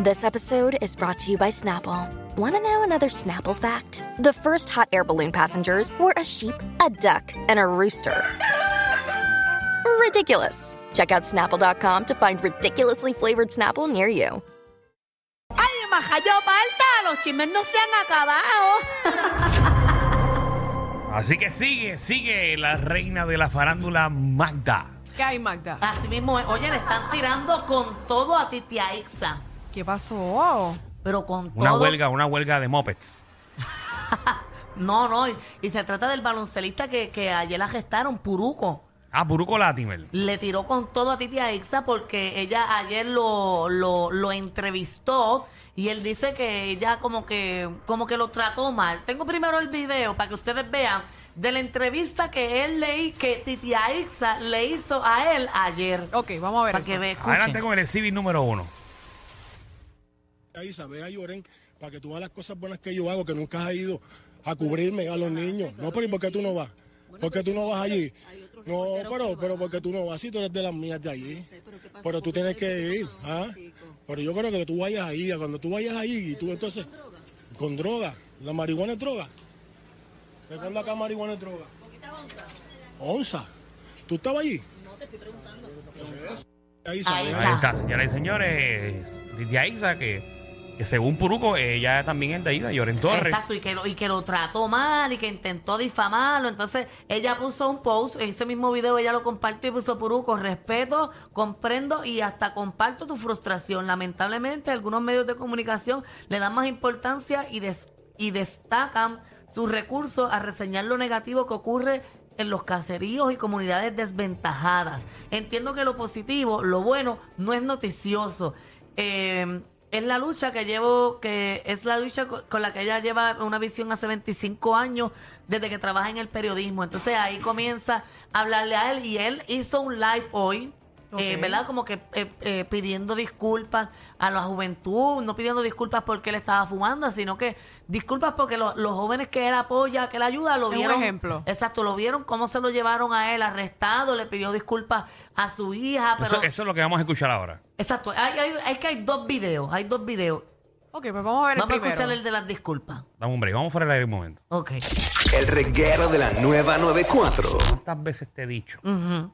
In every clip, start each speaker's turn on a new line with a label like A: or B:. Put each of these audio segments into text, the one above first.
A: This episode is brought to you by Snapple. Want to know another Snapple fact? The first hot air balloon passengers were a sheep, a duck, and a rooster. Ridiculous. Check out snapple.com to find ridiculously flavored Snapple near you.
B: ¡Ay, majayo Malta! ¡Los chismes no se han acabado!
C: Así que sigue, sigue la reina de la farándula Magda.
D: ¿Qué hay, Magda?
B: Así mismo, es. oye, le están tirando con todo a Titia Ixa.
D: ¿Qué pasó?
B: Pero con todo.
C: Una huelga, una huelga de mopeds.
B: No, no. Y, y se trata del baloncelista que, que ayer la gestaron, Puruco.
C: Ah, Puruco Latimer.
B: Le tiró con todo a Titia Ixa porque ella ayer lo, lo, lo entrevistó y él dice que ella como que, como que lo trató mal. Tengo primero el video para que ustedes vean de la entrevista que él leí, que Titia Ixa le hizo a él ayer.
D: Ok, vamos a ver.
B: Para que
D: eso.
B: vean,
C: Adelante con el exhibit número uno.
E: Ahí ve a Lloren para que tú veas las cosas buenas que yo hago, que nunca has ido a cubrirme a los niños. No, pero ¿y por qué tú no vas? ¿Por qué tú no vas allí? No, pero, pero porque tú no vas, si tú eres de las mías de allí. Pero tú tienes que ir, ¿ah? Pero yo creo que tú vayas ahí, cuando tú vayas ahí y tú entonces, con droga, la marihuana es droga. ¿De cuándo acá marihuana es droga? Onza. ¿Tú estabas allí? No, te estoy preguntando.
B: Ahí
C: Ahí está, señoras y señores. Lidia Isa, que, que según Puruco, ella también es de ahí, de Lloren Torres.
B: Exacto, y que, lo, y que lo trató mal y que intentó difamarlo. Entonces ella puso un post, ese mismo video ella lo compartió y puso Purú, con respeto, comprendo y hasta comparto tu frustración. Lamentablemente algunos medios de comunicación le dan más importancia y, des- y destacan sus recursos a reseñar lo negativo que ocurre en los caseríos y comunidades desventajadas. Entiendo que lo positivo, lo bueno, no es noticioso. Eh, es la lucha que llevo, que es la lucha co- con la que ella lleva una visión hace 25 años desde que trabaja en el periodismo. Entonces ahí comienza a hablarle a él y él hizo un live hoy. eh,
D: Ok.
B: ¿Verdad? Como que eh, eh, pidiendo disculpas a la juventud, no pidiendo disculpas porque él estaba fumando, sino que disculpas porque lo- los jóvenes que él apoya, que él ayuda, lo
D: Es un
B: vieron.
D: ejemplo.
B: Exacto, lo vieron cómo se lo llevaron a él arrestado, le pidió disculpas a su hija, pero
C: Eso, eso es lo que vamos a escuchar ahora.
B: exacto, hay, hay- es que hay dos videos, hay dos videos.
D: Ok, pues vamos a ver
B: Vamos a
D: el primero.
B: escuchar el de las disculpas.
C: Dame un break, vamos fuera del aire un momento.
B: Ok.
F: El reguero de la nueva 94.
C: ¿Cuántas veces te he dicho
B: Ujú.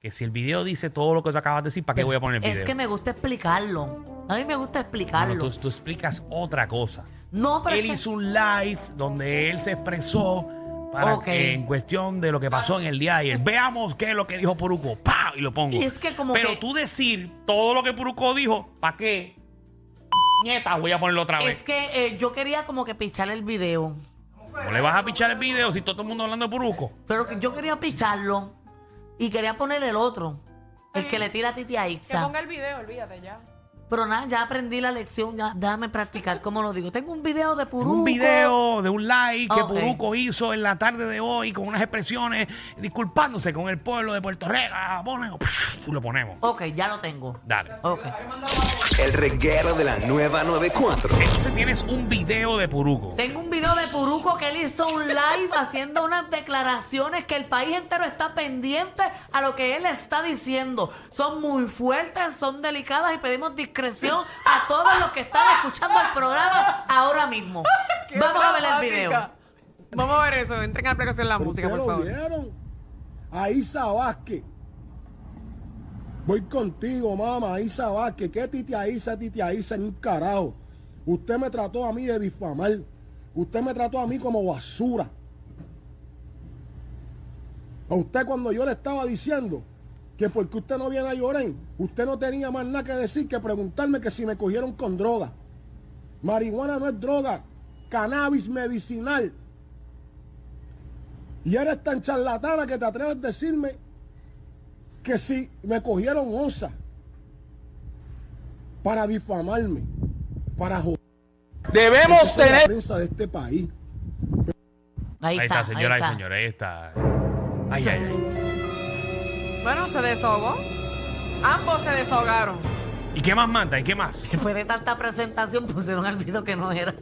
C: que si el video dice todo lo que tú acabas de decir, ¿para qué voy a poner el video?
B: Es que me gusta explicarlo. A mí me gusta
C: Bueno,
B: explicarlo.
C: tú, tú explicas otra cosa.
B: no, pero
C: Él
B: es que-
C: hizo un live donde él se expresó para
B: Ok.
C: que, en cuestión de lo que pasó en el día de ayer. Veamos qué es lo que dijo Puruco. ¡Pah! Y lo pongo.
B: Y es que como
C: Pero
B: que-
C: tú decir todo lo que Puruco dijo, ¿para qué? Nieta, voy a ponerlo otra
B: es
C: vez.
B: que eh, yo quería como que pichar el video,
C: ¿No le vas a pichar el video si todo el mundo hablando de Puruco?
B: pero que yo quería picharlo y quería poner el otro, el que le tira a Titi a
D: Que
B: Ixa.
D: ponga el video, olvídate ya.
B: Pero nada, ya aprendí la lección, ya déjame practicar como lo digo. Tengo un video de Puruco.
C: Un video de un live que
B: Ok.
C: Puruco hizo en la tarde de hoy con unas expresiones disculpándose con el pueblo de Puerto Rico. Ah, ponlo, Lo ponemos.
B: Ok, ya lo tengo.
C: Dale.
B: Ok.
F: El reguero de la nueva 94.
C: Entonces tienes un video de Puruco.
B: Tengo un video de Puruco que él hizo un live haciendo unas declaraciones que el país entero está pendiente a lo que él está diciendo. Son muy fuertes, son delicadas y pedimos discreción a todos los que están escuchando el programa ahora mismo.
D: Qué
B: Vamos a ver el video.
D: dramática. Vamos a ver eso. Entren a la aplicación de la música, por
E: ¿Ustedes
D: favor.
E: lo vieron? A Isa Vázquez. Voy contigo, mamá, a Isa Vázquez. ¿Qué titia Isa, titia Isa, en un carajo? Usted me trató a mí de difamar. Usted me trató a mí como basura. A usted cuando yo le estaba diciendo que porque usted no viene a Llorén, usted no tenía más nada que decir que preguntarme que si me cogieron con droga. Marihuana no es droga, cannabis medicinal. Y eres tan charlatana que te atreves a decirme que si me cogieron onza para difamarme, para joder. Debemos tener. La prensa de este país.
B: Ahí,
C: Ahí está, señora
B: ahí está.
C: y señores, ahí está. Ay, ay, ay.
D: Bueno, se desahogó. Ambos se desahogaron.
C: ¿Y qué más manda? ¿Y qué más?
B: Después de tanta presentación pusieron el video que no era.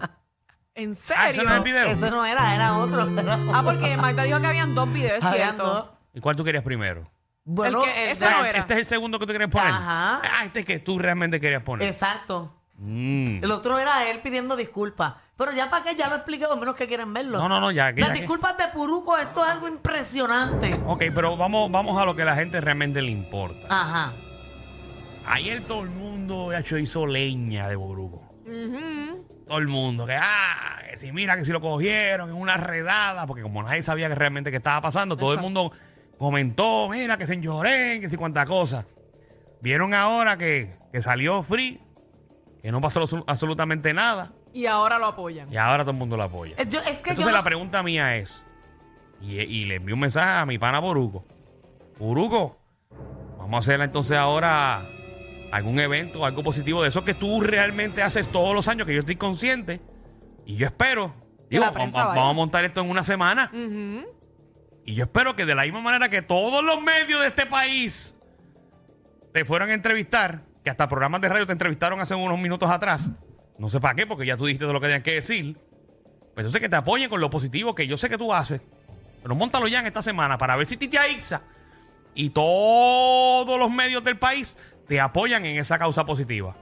D: ¿En
C: Ah, ¿eso
D: serio?
C: no es el video?
B: Eso no era, era otro. Era
D: Ah, porque Magda dijo que habían dos videos, Ah, es
B: Habían
D: cierto.
B: dos.
C: ¿Y cuál tú querías primero?
B: Bueno,
D: El que-
B: el
D: ese
B: de-
D: no
C: Ah,
D: era.
C: Este es el segundo que tú querías poner.
B: Ajá.
C: Ah, este es que tú realmente querías poner.
B: Exacto.
C: Mm.
B: El otro era él pidiendo disculpas. Pero ya para qué, ya lo expliqué, por menos que quieren verlo.
C: No, no, no, ya, que-
B: Las
C: ya que-
B: disculpas de Puruco, esto es algo impresionante.
C: Ok, pero vamos, vamos a lo que a la gente realmente le importa.
B: Ajá.
C: Ayer todo el mundo de hecho, hizo leña de Boruco. Todo el mundo, que ah, que si mira, que si lo cogieron en una redada, porque como nadie sabía que realmente que estaba pasando, todo el mundo comentó, mira, que se enlloren, que si cuánta cosa. Vieron ahora que, que salió free, que no pasó absolu- absolutamente nada,
D: Y ahora lo apoyan.
C: y ahora todo el mundo lo apoya.
B: Eh, yo- es que
C: Entonces
B: yo
C: la
B: no-
C: pregunta mía es, y, y le envío un mensaje a mi pana Boruco. Boruco, vamos a hacer entonces ahora algún evento, algo positivo de eso que tú realmente haces todos los años, que yo estoy consciente. Y yo espero, digo,
D: la
C: va-
D: prensa
C: va-
D: vaya.
C: vamos a montar esto en una semana.
D: Ujú.
C: Y yo espero que de la misma manera que todos los medios de este país te fueron a entrevistar, que hasta programas de radio te entrevistaron hace unos minutos atrás, no sé para qué, porque ya tú dijiste todo lo que tenías que decir, pero yo sé que te apoyen con lo positivo que yo sé que tú haces, pero montalo ya en esta semana para ver si Titia Ixa y todos los medios del país te apoyan en esa causa positiva.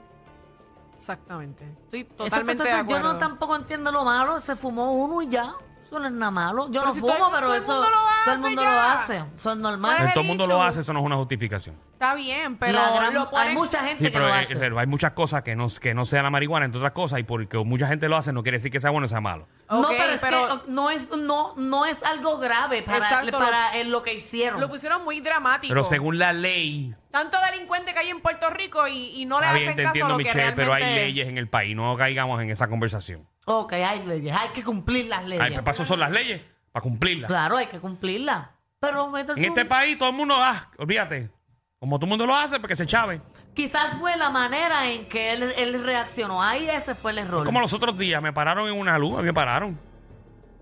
D: Exactamente. Estoy
B: Eso,
D: totalmente
B: entonces,
D: de acuerdo.
B: Yo no tampoco entiendo lo malo. Se fumó uno y ya. Eso no es nada malo. Yo
D: Pero
B: no
D: si
B: fumo,
D: todo el-
B: pero
D: todo el
B: eso
D: mundo lo
B: todo el
D: hace
B: mundo
D: ya.
B: lo hace. Eso es normal.
D: Pues,
C: todo el mundo lo
D: dicho.
C: hace, eso no es una justificación.
D: Está bien, Pues, pero
B: La gran-
D: lo ponen-
B: hay mucha gente
C: Sí, pero,
B: que lo
C: eh,
B: hace.
C: pero hay muchas cosas que no, que no sea la marihuana, entre otras cosas, y porque mucha gente lo hace, no quiere decir que sea bueno o sea malo.
B: no,
D: Ok,
B: pero es
D: pero-
B: que no es, no, no es algo grave para,
D: Exacto, lo-
B: para eh, lo, que hicieron.
D: Lo pusieron muy dramático.
C: Pero según la ley,
D: Tanto delincuente que hay en Puerto Rico y, y no le
C: está bien,
D: hacen
C: te
D: caso a
C: entiendo,
D: lo que
C: Michelle,
D: realmente...
C: pero hay leyes en el país, no caigamos en esa conversación.
B: ok, hay leyes. Hay que cumplir las leyes.
C: Ay, pues, para eso son las leyes, para cumplirlas.
B: Claro, hay que cumplirlas. Pero meterse
C: En este
B: un-
C: país todo el mundo, ah, olvídate, como todo el mundo lo hace, porque se chave.
B: quizás fue la manera en que él, él reaccionó. Ahí ese fue el error.
C: Como los otros días, me pararon en una luz, a mí me pararon.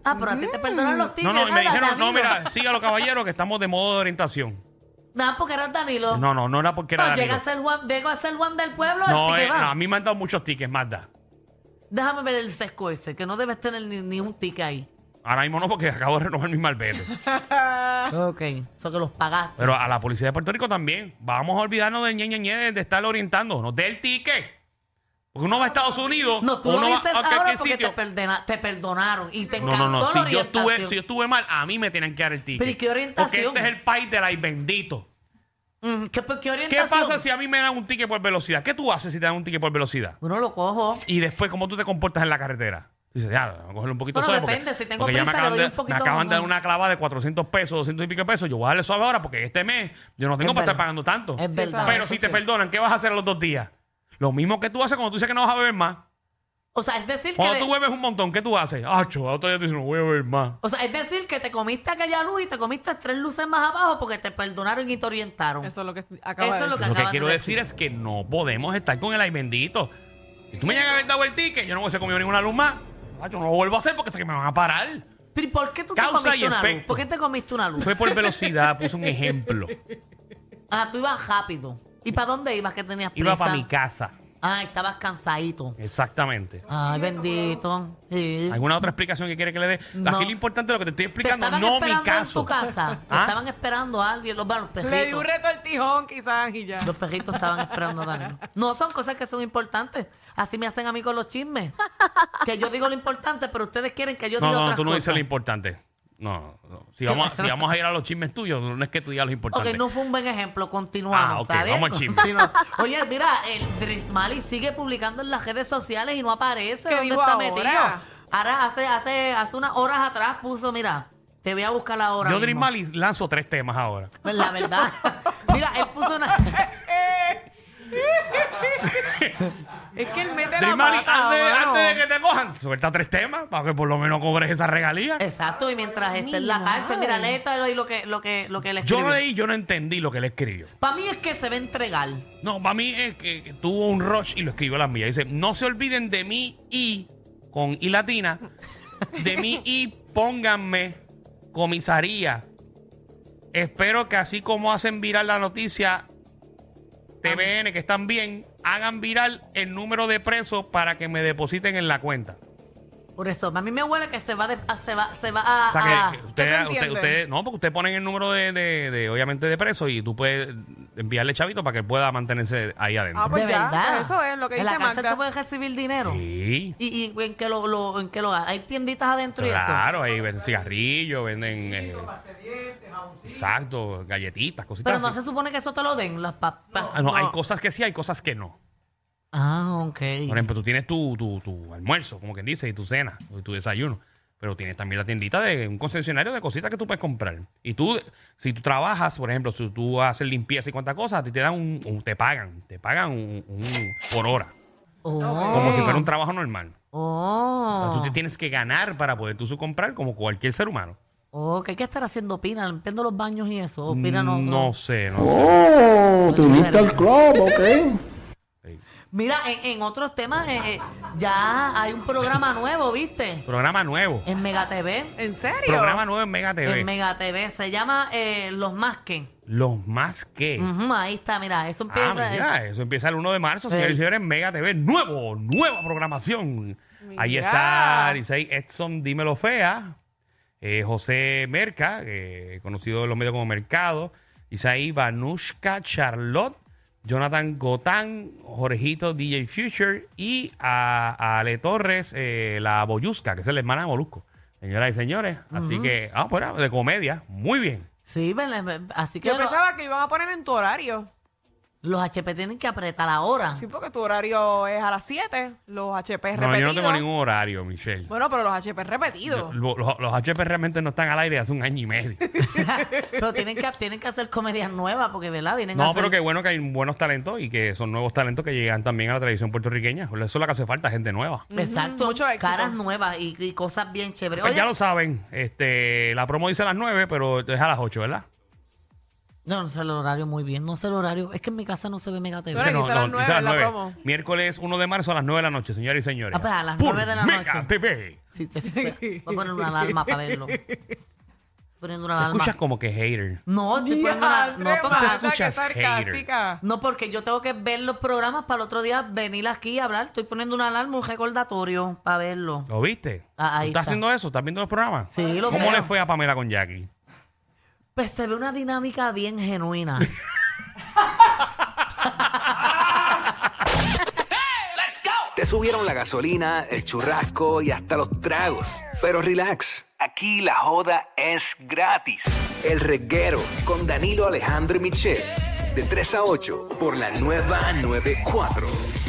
B: Ah, pero a ti te perdonan los tigres.
C: No, no, y me
B: ¿verdad,
C: dijeron, no,
B: Danilo?
C: mira, sígalo, caballero, que estamos de modo de orientación.
B: Nada, porque eras Danilo.
C: No, no, no era porque era
B: No, llega a
C: Danilo.
B: ser Juan, llego a ser Juan del pueblo,
C: No,
B: el
C: eh,
B: ticket va.
C: no, a mí me han dado muchos tickets, Magda.
B: Déjame ver el sesco ese, que no debes tener ni, ni un ticket ahí.
C: Ahora mismo no, porque acabo de renovar mi malvete.
B: Ok. Eso que los pagaste.
C: Pero a la policía de Puerto Rico también. Vamos a olvidarnos del ñe, ñe, ñe, de, de estar orientando. Nos dé el ticket. Porque uno va a Estados Unidos.
B: No, tú
C: o uno
B: lo
C: va
B: dices
C: a
B: ahora
C: cualquier
B: porque te,
C: sitio.
B: perdena- te perdonaron y te
C: No,
B: encantó
C: no, no.
B: la
C: Si yo,
B: orientación.
C: estuve, si yo estuve mal, a mí me tienen que dar el ticket.
B: Pero ¿y qué orientación?
C: Porque este es el país del ay bendito.
B: Mm, ¿Qué, pues, ¿Qué
C: ¿Qué
B: orientación?
C: pasa si a mí me dan un ticket por velocidad? ¿Qué tú haces si te dan un ticket por velocidad?
B: Uno lo cojo.
C: Y después, ¿cómo tú te comportas en la carretera? Dices, ya, vamos a cogerle un poquito
B: Bueno,
C: suave.
B: depende,
C: porque-
B: si tengo
C: porque ya me
B: prisa, le
C: acaban,
B: doy
C: de,
B: un poquito
C: me acaban de
B: más.
C: dar una clava de 400 pesos, 200 y pico de pesos. Yo voy a darle suave ahora porque este mes yo no tengo
B: Es
C: para estar
B: verdad.
C: pagando tanto.
B: Es verdad.
C: Pero
B: eso
C: si
B: es
C: te
B: cierto.
C: perdonan, ¿qué vas a hacer a los dos días? Lo mismo que tú haces cuando tú dices que no vas a beber más.
B: O sea, es decir que...
C: Cuando
B: de-
C: tú bebes un montón, ¿qué tú haces? Ah, chua, otro día tú dices, no voy a beber más.
B: O sea, es decir que te comiste aquella luz y te comiste tres luces más abajo porque te perdonaron y te orientaron.
D: Eso es lo que acaba
B: Eso
D: de
B: es lo
D: decir.
B: que-
C: Lo que
B: acabas
C: quiero
B: de
C: decir es que no podemos estar con el ay bendito. Si tú me llegas a haber dado el ticket, yo no voy a ser comido ninguna luz más. Ah, yo no lo vuelvo a hacer porque sé que me van a parar.
B: Pero ¿y ¿Por qué tú te
C: Causa y
B: comiste una luz?
C: efecto.
B: ¿Por qué te comiste una luz?
C: Fue por velocidad, puse un ejemplo.
B: Ah, tú ibas rápido. ¿Y para dónde ibas que tenías prisa?
C: Iba para mi casa.
B: Ah, estabas cansadito.
C: Exactamente.
B: Ay, bendito. Sí.
C: ¿Alguna otra explicación que quiere que le dé?
B: No.
C: Aquí lo importante es lo que te estoy
B: Te
C: explicando,
B: estaban
C: no mi
B: esperando
C: caso.
B: en tu casa. Te
C: ¿Ah?
B: estaban esperando a alguien. Los, bueno, los
D: Le di
B: perritos.
D: un reto al tijón quizás y ya.
B: Los perritos estaban esperando a Danilo. No, son cosas que son importantes. Así me hacen a mí con los chismes. Que yo digo lo importante, pero ustedes quieren que yo
C: No,
B: diga
C: no,
B: otras
C: tú no dices
B: cosas.
C: lo importante. No, no, no. Si vamos, a, si vamos a ir a los chismes tuyos, no es que tú digas lo importante.
B: Ok, no fue un buen ejemplo. Continuamos.
C: Ah, ok,
B: ¿está bien?
C: vamos al chisme.
B: Continuamos. Oye, mira, el Trismali sigue publicando en las redes sociales y no aparece.
D: ¿Qué
B: ¿Dónde
D: dijo
B: está
D: ahora?
B: metido? Ahora, hace, hace, hace unas horas atrás puso, mira, te voy a buscar la hora.
C: Yo, Dream Mali, lanzo tres temas ahora.
B: Pues la verdad. Mira, él puso una.
D: Es que él mete la
C: Dream Mali,
D: pata,
C: antes,
D: mano.
C: antes de que te cojan, suelta tres temas para que por lo menos cobres esa regalía.
B: Exacto, y mientras esté en la cárcel, mira, léetelo y lo que, lo que, lo que le
C: Yo
B: escribió.
C: no leí, yo no entendí lo que él escribió.
B: Para mí es que se va a entregar.
C: No, para mí es que que tuvo un rush y lo escribió a las mías. Dice, no se olviden de mí y, con I latina, de mí y pónganme comisaría. Espero que así como hacen viral la noticia, TVN, que están bien, hagan viral el número de presos para que me depositen en la cuenta.
B: Por eso, a mí me huele que se va, de, a- se va, se va a...
C: O sea, que-
B: a-
C: que
D: Ah, ¿qué
C: usted,
D: tú
C: usted-
D: entiendes?
C: usted- no, porque usted ponen el número de, de- de, obviamente, de preso y tú puedes enviarle chavito para que pueda mantenerse ahí adentro.
D: Ah, pues
B: de
D: ya,
B: verdad.
D: eso es lo que
B: en
D: dice
B: la cárcel
D: Magda.
B: tú puedes recibir dinero.
C: Sí.
B: ¿Y, y en qué lo, lo- en qué lo hay? ¿Hay tienditas adentro y eso?
C: Claro, ahí venden cigarrillos, venden. eh, exacto, galletitas, cositas.
B: Pero no
C: así.
B: se supone que eso te lo den las papas.
C: Ah, no, hay cosas que sí, hay cosas que no.
B: Ah, ok.
C: Por ejemplo, tú tienes tu, tu, tu almuerzo, como quien dice, y tu cena, y tu desayuno. Pero tienes también la tiendita de un concesionario de cositas que tú puedes comprar. Y tú, si tú trabajas, por ejemplo, si tú haces limpieza y cuantas cosas, a ti te dan un, un- te pagan, te pagan un, un- por hora,
B: Oh.
C: como si fuera un trabajo normal. O sea,
B: Oh.
C: tú te tienes que ganar para poder tú comprar como cualquier ser humano.
B: Oh, ¿qué hay que estar haciendo Pina? Limpiando los baños y eso. ¿O Pina Oh, no.
C: Mm, No sé, no
G: Oh, te uniste al club, ok.
C: sé.
B: Mira, en, en otros temas eh, eh, ya hay un programa nuevo, ¿viste?
C: Programa nuevo.
B: En Mega TV.
D: ¿En serio?
C: Programa nuevo en Mega TV.
B: En Mega TV. Se llama eh, Los Más Que.
C: Los más que.
B: Ujú, ahí está, mira, eso
C: Ah,
B: empieza.
C: mira, eso empieza el 1 de marzo, señores
B: Eh.
C: y señores, en Mega TV, nuevo, nueva programación. Ahí
D: Mira.
C: está Licey Edson, dímelo fea, eh, José Merca, eh, conocido en los medios como Mercado, Isaí Vanushka Charlotte, Jonathan Gotán, Jorgito DJ Future y a, a Ale Torres, eh, la Boyusca, que es la hermana de Molusco. Señoras y señores, así que, ah, bueno, de comedia, muy bien.
B: Sí, ven, ven, así que
D: Yo
B: lo-
D: pensaba que lo iban a poner en tu horario.
B: los HP tienen que apretar ahora.
D: Sí, porque tu horario es a las 7, los HP
C: No,
D: repetidos.
C: yo no tengo ningún horario, Michelle.
D: Bueno, pero los HP repetidos.
C: Lo- Los, los HP realmente no están al aire hace un año y medio.
B: Pero tienen que, tienen que hacer comedias nuevas porque, ¿verdad? Vienen a
C: no,
B: hacer-
C: pero qué bueno que hay buenos talentos y que son nuevos talentos que llegan también a la televisión puertorriqueña. Eso es lo que hace falta, gente nueva.
B: Exacto.
D: Mucho éxito.
B: Caras nuevas y, y cosas bien chéveres.
C: Pues
B: Oye,
C: ya lo saben, este, la promo dice a las 9, pero es a las 8, ¿verdad?
B: No, no sé el horario muy bien. No sé el horario. Es que en mi casa no se ve Mega TV.
D: Pero dice a las nueve
C: dice
D: la promo.
C: Miércoles 1 de marzo a las 9 de la noche, señoras y señores.
B: Ah, pues, a las
C: Por
B: 9 de la
C: Mega
B: noche.
C: TV.
B: Sí, te espera. Voy a poner una alarma para verlo. Estoy poniendo una alarma.
C: Escuchas como que hater.
B: No, estoy poniendo una
D: Diantre,
B: no, porque-
D: Magda,
C: Te escuchas
D: qué sarcástica.
B: no, porque yo tengo que ver los programas para el otro día venir aquí a hablar. Estoy poniendo una alarma, un recordatorio para verlo.
C: ¿Lo viste?
B: Ah, ahí
C: ¿Tú estás
B: está.
C: haciendo eso? ¿Estás viendo los programas?
B: Sí, lo
C: ¿Cómo
B: veo.
C: le fue a Pamela con Jackie?
B: Pues se ve una dinámica bien genuina.
F: Te subieron la gasolina, el churrasco y hasta los tragos. Pero relax, aquí la joda es gratis. El reguero con Danilo Alejandro y Michel, de 3 a 8 por la nueva 94.